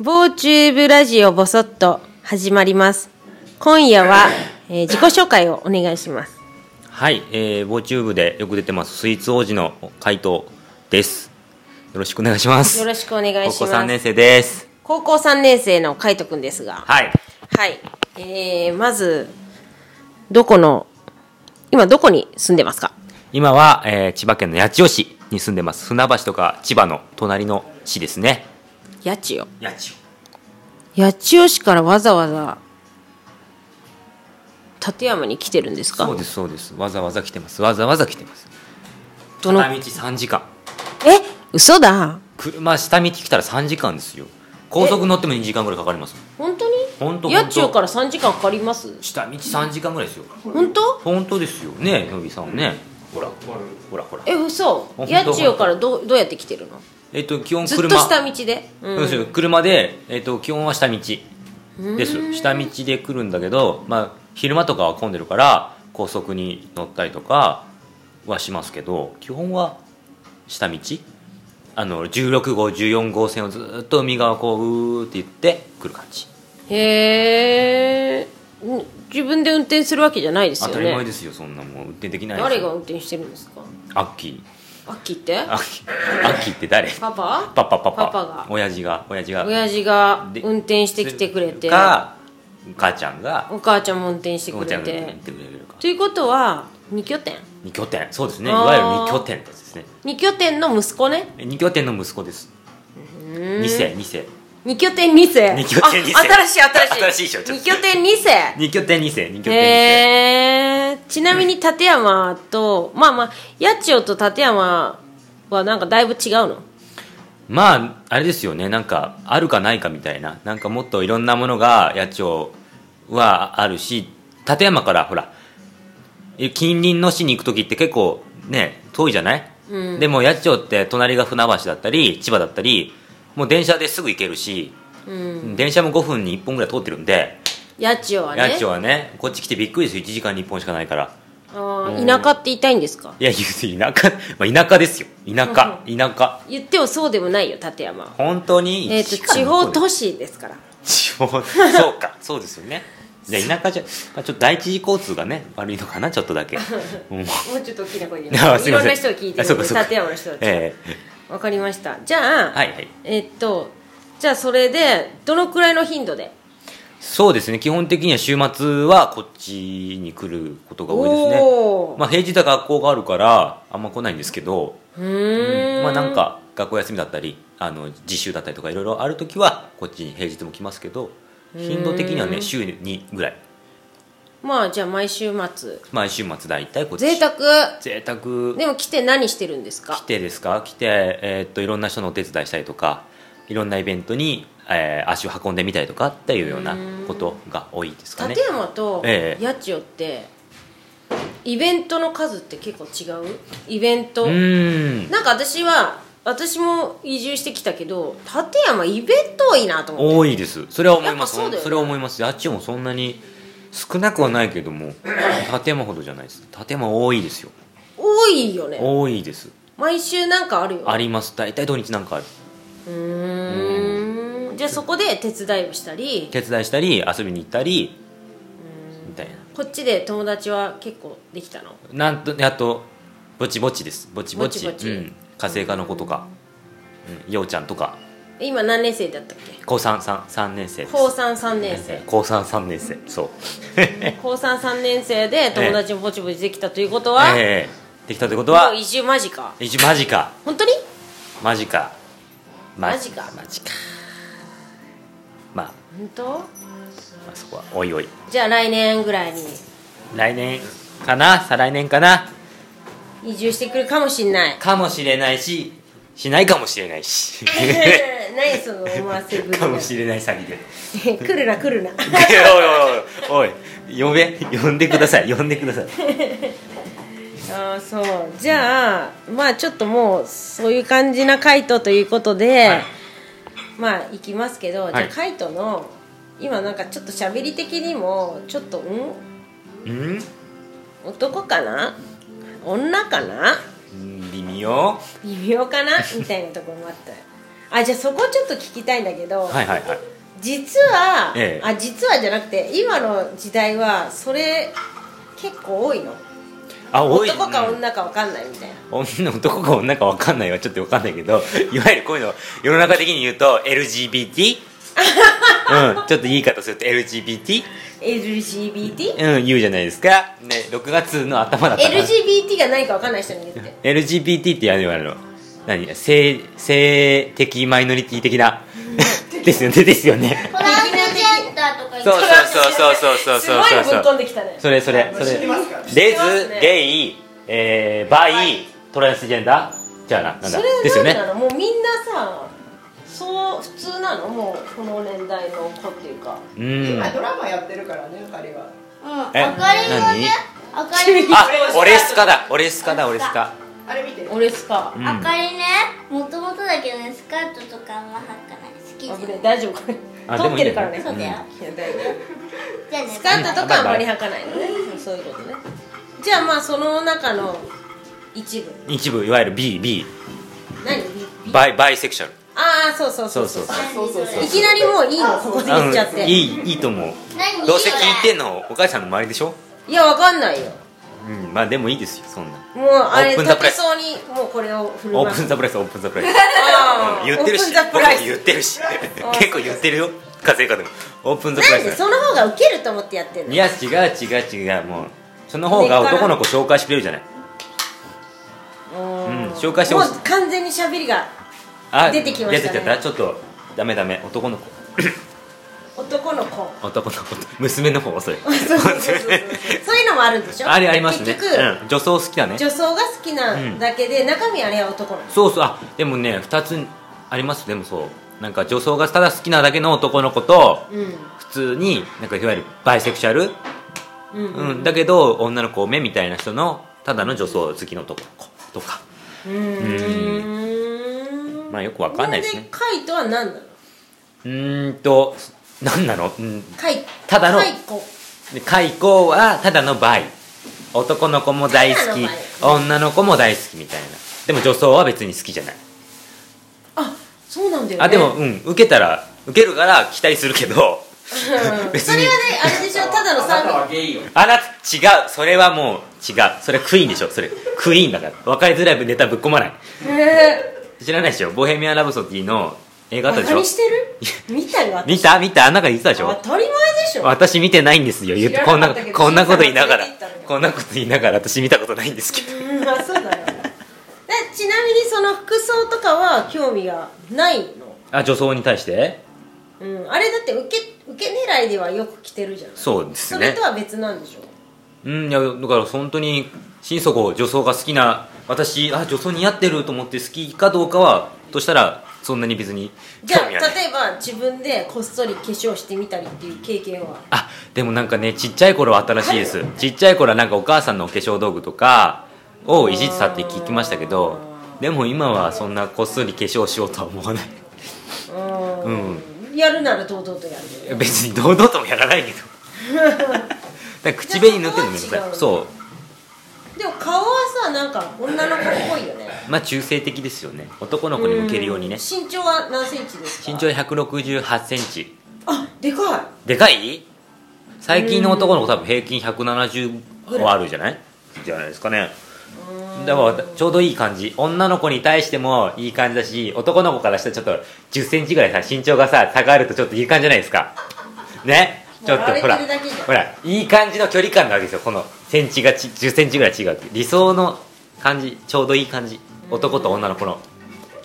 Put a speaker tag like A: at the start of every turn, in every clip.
A: 某チューブラジオボソッと始まります。今夜は、えー自己紹介をお願いします。
B: はい、えー、ボーチューブでよく出てますスイーツ王子の回答です。よろしくお願いします。
A: よろしくお願いします。
B: 高校三年生です。
A: 高校3年生の海斗くんですが、
B: はい、
A: はい。えー、まず、どこの、今どこに住んでますか
B: 今は、えー、千葉県の八千代市に住んでます。船橋とか千葉の隣の市ですね。
A: 八千代。
B: 八千
A: 八千代市からわざわざ、立山に来てるんですか
B: そうですそうです。わざわざ来てます。わざわざ来てます。
A: どの
B: 片道三時間。
A: え嘘だ
B: 車下道来たら三時間ですよ。高速乗っても二時間ぐらいかかります。
A: 本当に
B: 本当
A: 八千代から3時間かかります
B: 下道三時間ぐらいですよ。
A: 本当
B: 本当ですよね、のびさんね。ほら、ほらほら。
A: え嘘
B: 当
A: 八千代からどどうやって来てるの
B: えっと基本
A: ずっと
B: 車。
A: 下道で、うん
B: そうですよ車で、えっと基本は下道です下道で来るんだけど、まあ、昼間とかは混んでるから高速に乗ったりとかはしますけど基本は下道あの16号14号線をずっと海側こううーって行って来る感じ
A: へえ自分で運転するわけじゃないですよ
B: 当
A: ね
B: たり前ですよそんなもん運転できないです
A: 誰が運転してるんですか
B: アッキー
A: アッキーって
B: アッキーアッキーって誰
A: パパ
B: パパパパ
A: パパが
B: 親父が親父が
A: 親父が
B: で
A: 運転してきてくれて
B: か母ちゃんが
A: お母ちゃんも運転してく
B: お
A: れ
B: ちゃんが言っててくれるか
A: ということは二拠点
B: 二拠点そうですねい
A: あー
B: わゆる二拠点ですね
A: 二拠点の息子ね
B: 二拠点の息子です二世二世
A: 二拠点二世
B: 二拠点二世
A: あ新しい新しい
B: 新しいでしょちょっ
A: 二
B: と
A: 拠点二世
B: 二拠点二世二拠点
A: へえちなみに立山と、まあまあ八千代と立山はなんかだいぶ違うの
B: 二世まああれですよねなんかあるかないかみたいななんかもっといろんなものが八千代はあるし立山からほら近隣の市に行く時って結構ね遠いじゃない、でも八千代って隣が船橋だったり千葉だったりもう電車ですぐ行けるし、電車も5分に1本ぐらい通ってるんで
A: 八千代はね
B: 八千代はねこっち来てびっくりですよ1時間に1本しかないから
A: あー田舎って言いたいんですか
B: いや田舎、まあ、田舎ですよ田舎田舎
A: 言ってもそうでもないよ立山は
B: 本当に
A: えっ、と地方
B: 市
A: 都市です から
B: 地方そうかそうですよねじゃあ田舎じゃまあちょっと第一次交通がね悪いのかなちょっとだ け、うん、
A: もうちょっと大きな声で
B: あす
A: い
B: ま
A: ろん
B: せ
A: な人を聞いて
B: あ
A: る
B: そうんか
A: で
B: そうか
A: 立山の人たちわ、
B: え
A: かりましたじゃあ、
B: はいはい
A: えっとじゃあそれでどのくらいの頻度で
B: えそうですね基本的には週末はこっちに来ることが多いですね
A: おー
B: まあ平日は学校があるからあんま来ないんですけど
A: うーん
B: まあなんか学校休みだったりあの自習だったりとかいろいろある時はこっちに平日も来ますけど頻度的にはね週にぐらい
A: まあじゃあ毎週末
B: 毎週末大体こっち
A: 贅沢
B: 贅沢
A: でも来て何してるんですか
B: 来てですか来て、えーっといろんな人のお手伝いしたりとかいろんなイベントに、えー足を運んでみたりとかっていうようなことが多いですかね
A: 立山と
B: ええ
A: 八千代ってイベントの数って結構違うイベント
B: うーん
A: なんか私は私も移住してきたけど立山イベント多いなと思って
B: 多いですそれは思います
A: やっぱそうだよね
B: れは思いますあっちもそんなに少なくはないけ ども立山ほどじゃないです立山多いですよ
A: 多いよね
B: 多いです
A: 毎週なんかあるよ
B: あります大体土日なんかある
A: うーんじゃあそこで手伝いをしたり
B: 手伝いしたり遊びに行ったりみたいな
A: こっちで友達は結構できたの
B: なんとあとぼちぼちですぼちぼち
A: ぼちぼち
B: うん、火星科の子とか、うん、ようちゃんとか
A: 今何年生だったっけ
B: 高三三三年生です
A: 高3 3年生
B: 高三三年生そう
A: 高3 3年生で友達もぼちぼちできたということは、
B: ええできたってこと
A: も
B: は
A: う移住間近
B: 一マジか
A: 本当に
B: マジか
A: マジか
B: マジかまあ、
A: 本当
B: まあそこはおいおい
A: じゃあ来年ぐらいに
B: 来年かな再来年かな
A: 移住してくるかもしんない
B: かもしれないししないかもしれないし
A: 何その思わせぶり
B: か
A: な
B: もしれない詐欺 で
A: 来るな来るな
B: おいおいおいおい呼べ呼んでください呼んでください
A: ああそうじゃあまあちょっともうそういう感じな回答ということで、
B: はい
A: まあ行きますけど、じゃあ回答の今なんかちょっと喋り的にもちょっとうん
B: うん
A: 男かな女かな
B: うん微妙
A: 微妙かなみたいなところもあったあじゃあそこちょっと聞きたいんだけど、
B: はいはいはい
A: 実は、
B: ええ
A: あ実はじゃなくて今の時代はそれ結構多いの
B: あ多い
A: 男か
B: うん
A: 女か分かんないみたいな、
B: 女男か女か分かんないわちょっと分かんないけどいわゆるこういうの世の中的に言うと LGBT うんちょっといい言い方すると LGBT、
A: LGBT?LGBT
B: うん、言うじゃないですか、ね、6月の頭だったから
A: が何か分かんない人に言って
B: LGBT ってあれはあの何性性的マイノリティ的な ですよねですよね
C: トランスジェンダーとか言って
B: そうそうそうそうそうそうそう
A: すごいぶっ飛んできたね
B: それそれそ
D: 知って
B: れ
D: ますから
B: レ
A: 知ってます
B: ズ、
A: ね
B: ゲイ、えー、バイ、トランスジェンダーじゃあななんだ
A: それは
B: ですよ
A: 何
B: ね
A: なの、もうみんなさそう普通なのもうこの年代の子っていうか
B: うん
D: 今ドラマやってるからねあかりは
C: うんあ
B: え
C: かりもねあかり
B: あ俺スカだ俺スカだ俺スカ
D: あれ見て
A: 俺スカ
B: う
C: あ
B: ん
C: かりねもともとだけどねスカートとかあんま履かない好きじゃ
A: あぶ
C: ない
A: ね大丈夫これ
B: あ
A: 撮ってるからね
C: そうだよ
A: いや大丈夫
C: じゃあね
A: スカートとかはあんまり履かないのねそういうことねじゃあまあその中の一部
B: 一部いわゆる BB
A: 何
B: バイバイセクシャル
A: ああそうそうそうそう
B: そう
C: 何
D: そうそうそう
A: いきなりもういいのここで言っちゃっ
B: うん
A: てい
B: いいいいと思う
C: 何
B: どうせ聞いて
C: ん
B: んのお母さんの周りでしょ
A: やわかんないよ
B: うんまあでもいいですよそんな
A: もうあれ
B: オープン
A: 溶
B: ザプ
A: け
B: レス
A: そうにもうこれを振る舞
B: オ
A: う
B: ープンザプライスオープンザプライス
A: あ
B: う
A: ー
B: ん言っ
A: オ
B: てる
A: ープ
B: し
A: ンザプ
B: 僕
A: ライ
B: も
A: ス
B: 言ってるし結構言ってるよ家政家でもオープンザプ
A: な
B: ライ
A: ん
B: ス
A: でその方がウケると思ってやってんの
B: いや違う違う違うもうその方が男の子紹介してくれるじゃない
A: うん
B: うん紹介してほ
A: も
B: し
A: う
B: い
A: 完全にしゃべりが
B: あ
A: 出てきましたね
B: 出てきちゃったちょっとダメダメ男の子
A: 男の子
B: 男の子娘の方それ
A: そうそうそうそうそういうのもあるんでしょ
B: あれありますね、
A: 結局、
B: うん、女装好きだね
A: 女装が好きなだけで、中身あれは男の子
B: そうそうあでもね2つありますでもそうなんか女装がただ好きなだけの男の子と
A: うん
B: 普通になんかいわゆるバイセクシャル、
A: うん
B: うんだけど女の子目みたいな人のただの女装好きの男の子とか
A: うーん
B: まあよくわかんないですね
A: これでカイトは何なの
B: うーんと何なのうん
A: カイ
B: ただの
A: カイコ
B: で開口はただのバイ男の子も大好き
A: た
B: 女の子も大好きみたいなでも女装は別に好きじゃない
A: あそうなんだよ、ね、
B: あでもうん受けたら受けるから期待するけど
A: うん
B: 別
A: それはね
B: に
A: あれでしょただの
D: あなた
A: サ
D: はゲイよ
B: あなた違うそれはもう違うそれクイーンでしょそれクイーンだから分かりづらいネタぶっ込まない
A: ービスへ
B: 知らないでしょボヘミアン・ラブソディの映画あったでしょ
A: 何してる見たよ
B: 見た見たあんな中言ってたでし
A: 当
B: ょ
A: たり前でしょ
B: 私見てないんですよ言って
A: 知
B: こ
A: ら
B: ん
A: なか
B: な
A: ったけど
B: こんなこと言いながら
A: 知らなかったけど
B: こんなこと言いながら私見たことないんですけど
A: うんあそうだよだちなみにその服装とかは興味がないの、
B: あ女装に対して
A: うん、あれだって受け受け狙いではよく着てるじゃん
B: そうで
A: そ
B: す
A: れ
B: ね
A: とは別なんでしょ
B: うんいやだから本当に心底女装が好きな私あ女装似合ってると思って好きかどうかはとしたらそんなに別に
A: じゃあ
B: 興味はない
A: 例えば自分でこっそり化粧してみたりっていう経験は
B: あでもなんかねちっちゃい頃はあったらしいですちっちゃい頃はなんかお母さんのお化粧道具とかをいじってたって聞きましたけどでも今はそんなこっそり化粧しようとは思わない
A: うんやるなら堂々とやるよ
B: 別に堂々ともやらないけどだから口紅塗ってるのめんどくさ
A: じ
B: い
A: ゃあそ
B: そ
A: でも顔はさなんか女の子っぽいよね
B: うまあ中性的ですよね男の子に向けるようにね
A: 身長は何センチですか
B: 身長1 6 8ンチ
A: あでかい
B: でかい最近の男の子多分平均170はあるじゃないじゃないですかねだからちょうどいい感じ女の子に対してもいい感じだし男の子からしたらちょっと1 0ンチぐらいさ身長がさ下がるとちょっといい感じじゃないですかねちょっと
A: もう割
B: ほら
A: れてるだけじゃん
B: ほらいい感じの距離感なわけですよこのセンチがち10センチぐらい違うっていう理想の感じちょうどいい感じ男と女の子の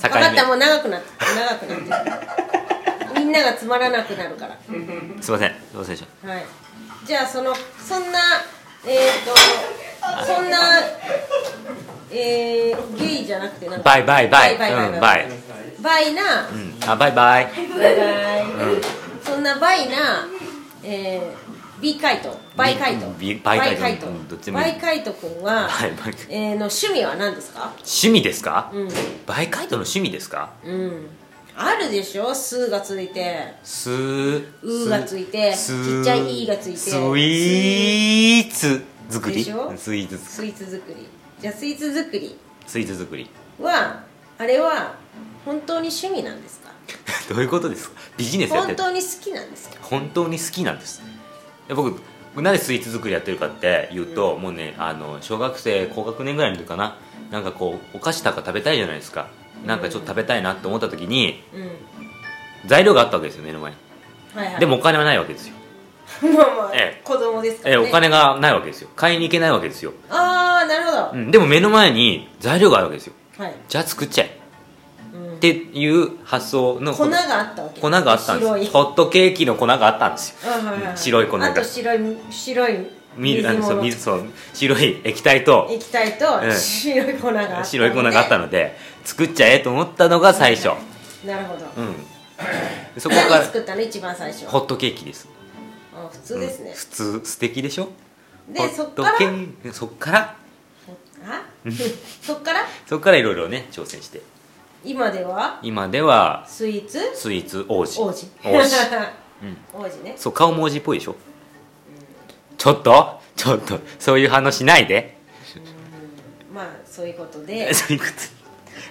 B: 境
A: 分かったも
B: 目
A: う長くなって長くなってるみんながつまらなくなるから
B: すいませんすいませんでした
A: はいじゃあそのそんなえっ、ー、とそんなえー、ゲイじゃなくてなんか
B: バイバイバイ
A: バイバイ
B: うんバイ、
A: バイな、
B: うん、あバイバイ
A: バイバイそんなバイな、えー、B カイトバイカイト
B: ビバイカ
A: バイカイ
B: イト
A: ト
B: うんどっちでもいい
A: バイカイト君は、
B: はいバイカイト
A: えーの趣味は何ですか
B: 趣味ですか、
A: うん
B: バイカイトの趣味ですか
A: うんあるでしょ「す」がついて
B: すー
A: 「う」がついてち
B: す
A: っちゃい「い」がついて
B: スイーツ作り
A: でしょ
B: スイーツ
A: スイーツ作りじゃあスイーツ作り
B: スイーツ作り
A: はあれは本当に趣味なんですか
B: どういうことですかビジネスやって
A: 本
B: る
A: 当に好きなんですか
B: 本当に好きなんですで僕なんでスイーツ作りやってるかっていうと、もうねあの小学生高学年ぐらいの時かななんかこうお菓子とか食べたいじゃないですかなんかちょっと食べたいなって思った時に
A: うん
B: 材料があったわけですよ目の前に
A: はいはい
B: でもお金はないわけですよ、
A: まあまあ、
B: ええ
A: 子供ですか
B: え
A: ら、ね、
B: お金がないわけですよ買いに行けないわけですよ、
A: ああなるほど、
B: うん、でも目の前に材料があるわけですよ
A: はい、
B: じゃあ作っちゃえ
A: うん
B: っていう発想の
A: 粉があったわけ
B: 粉があったんです
A: 白い
B: ホットケーキの粉があったんですよ
A: うんはいは
B: 白い粉が
A: あと白い白い
B: 水あのそう
A: 物
B: 水そう白い液体と
A: 液体と
B: ええ
A: 白い粉があったので
B: 白い粉があったので作っちゃえと思ったのが最初
A: なるほど
B: うんそこか
A: 何
B: ら
A: 作ったの一番最初
B: ホットケーキです
A: あ普通ですね
B: うん、普通素敵でしょ
A: で
B: ホ
A: そ
B: ッ
A: っ
B: ト
A: から
B: ケーキそっから
A: あ そっから
B: そっからいろいろね挑戦して
A: 今では
B: 今では
A: スイーツ
B: スイーツ王子
A: 王 子
B: 王子うん
A: 王子ね
B: そう顔も王子っぽいでしょちょっとちょっとそういう反応しないで
A: まあそういうことで
B: そういうこ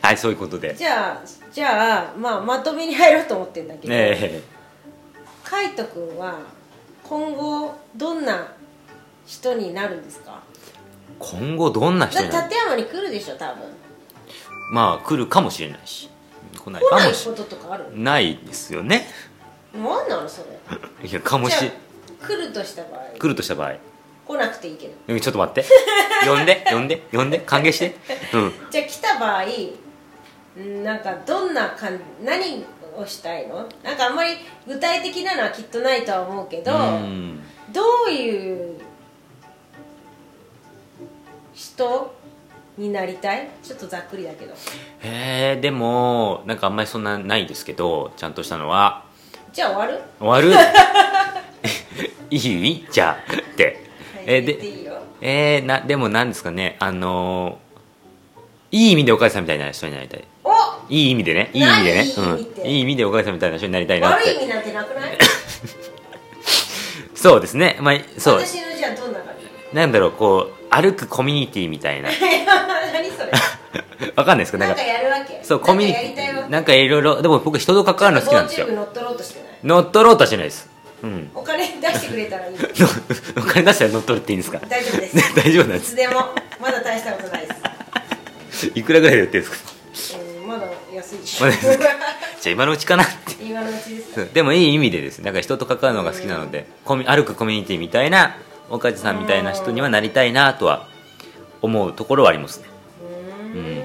B: とはいそういうことで
A: じゃあじゃあ、まあ、まとめに入ろうと思ってんだけど、
B: え
A: カイト君は今後どんな人になるんですか
B: え今後どんな人
A: だっ
B: に
A: て
B: なる
A: 立山に来るでしょ多分
B: まあ来るかもしれないし来ない
A: 来
B: か
A: な
B: も
A: い
B: し
A: こ
B: れ
A: ととかある
B: ないですよね
A: 何なのそれ
B: いやかも
A: じゃ
B: し
A: あ来るとした場合
B: 来るとした場合
A: 来なくていいけど
B: うんちょっと待って呼んで呼んで呼んで歓迎してうん
A: じゃあ来た場合うんなんかどんな感じ何をしたいのなんかあんまり具体的なのはきっとないとは思うけど
B: うん
A: どういう人になりたいちょっとざっくりだけど
B: へえでもなんかあんまりそんなないですけどちゃんとしたのは
A: じゃあ終わる
B: 終わる いいじゃあって、えー
A: 言って
B: で
A: いいよ
B: えー、なでもなんですかねあのーいい意味でお母さんみたいな人になりたい
A: お
B: いい意味でねいい意味でね
A: 何いい意味って
B: うん、いい意味でお母さんみたいな人になりたいなっ
A: 悪い意
B: て
A: 味なんてなくない
B: そうですねまあそう
A: 私のじゃあどんな感じ
B: なんだろうこう歩くコミュニティみたいな
A: 何それ
B: わかんないですかな
A: なんん
B: か
A: かやるわけ
B: そう
A: な
B: コ
A: んか
B: ミュニ
A: やり
B: テ
A: たいわ
B: ィ
A: け
B: なんかいろいろでも僕人と関わるの好きなんですよ
A: YouTube 乗っ取ろうとしてない
B: 乗っ取ろうとはしないですうん
A: お金出してくれたらいい
B: お金出したら乗っ取るっていいんですか
A: 大丈夫です
B: 大丈夫なん
A: い
B: で
A: つでもまだ大したことないです
B: いくらぐらいで売ってるんですか
A: す、うん、まだ安いし
B: まだ安いじゃあ今のうちかなっ て
A: 今のうちですか
B: でもいい意味でですねなんか人と関わるのが好きなので、コミ歩くコミュニティみたいなおかじさんみたいな人にはなりたいなとは思うところはありますね
A: うーん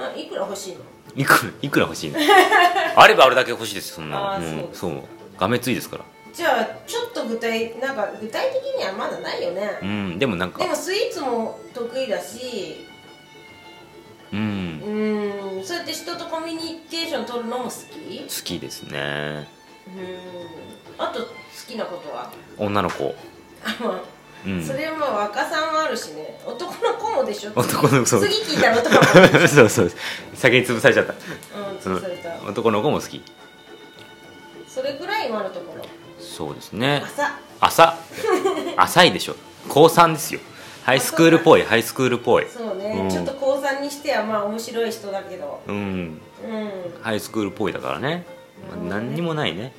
A: ないくら欲しいの
B: いくらいくら欲しい のあればあれだけ欲しいですよそんな
A: あー
B: もう
A: そ
B: そうがめついですから
A: じゃあちょっと具体なんか具体的にはまだないよね、
B: うんでもなんか
A: でもスイーツも得意だし
B: うん
A: うーんそうやって人とコミュニケーション取るのも好きう
B: 好きですね
A: ーんあと好きなことは
B: 女の子
A: あまあ
B: うん
A: それはまあ若さもあるしね男の子もでしょ
B: 男の子そう
A: 次聞いたら男の子
B: そうそう先に潰されちゃった
A: うん潰された
B: うん男の子も好き
A: それぐらい今のところ
B: そうですね
A: 朝
B: 浅浅いでしょ高3ですよハイスクールっぽいハイスクールっぽい
A: そうね、
B: うん
A: ちょっと高3にしてはまあ面白い人だけど
B: うん
A: うん
B: ハイスクールっぽいだからね、まあ何にもないね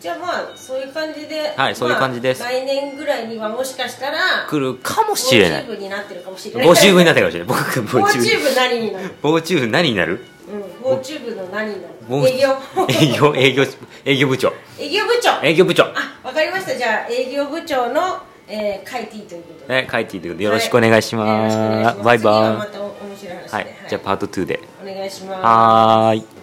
A: じゃあまあそういう感じで
B: はいそういう感じです
A: まあ来年ぐらいにはもしかしたら
B: 来るかもしれ
A: 棒
B: な
A: チュ
B: い
A: ーブになってるかもしれない
B: 棒チューブになったかもしれない僕が
A: 棒
B: 棒
A: チ
B: チュー
A: ュ
B: ブ
A: ーブ何になる
B: 棒チューブ何になる
A: うん棒チューブの何にな
B: 棒
A: る営業
B: 営業営業営業部長
A: 営業部長
B: 営業部長
A: あわかりましたじゃあ営業部長のえー、カイティということで、
B: ね帰っていてくれてよろしくお願いし
A: はいよろしくお願い
B: ま
A: し
B: すバイ
A: 次はま
B: バ
A: たお面白い話
B: イ
A: で、
B: はいじゃあパート2で
A: お願いします
B: はーい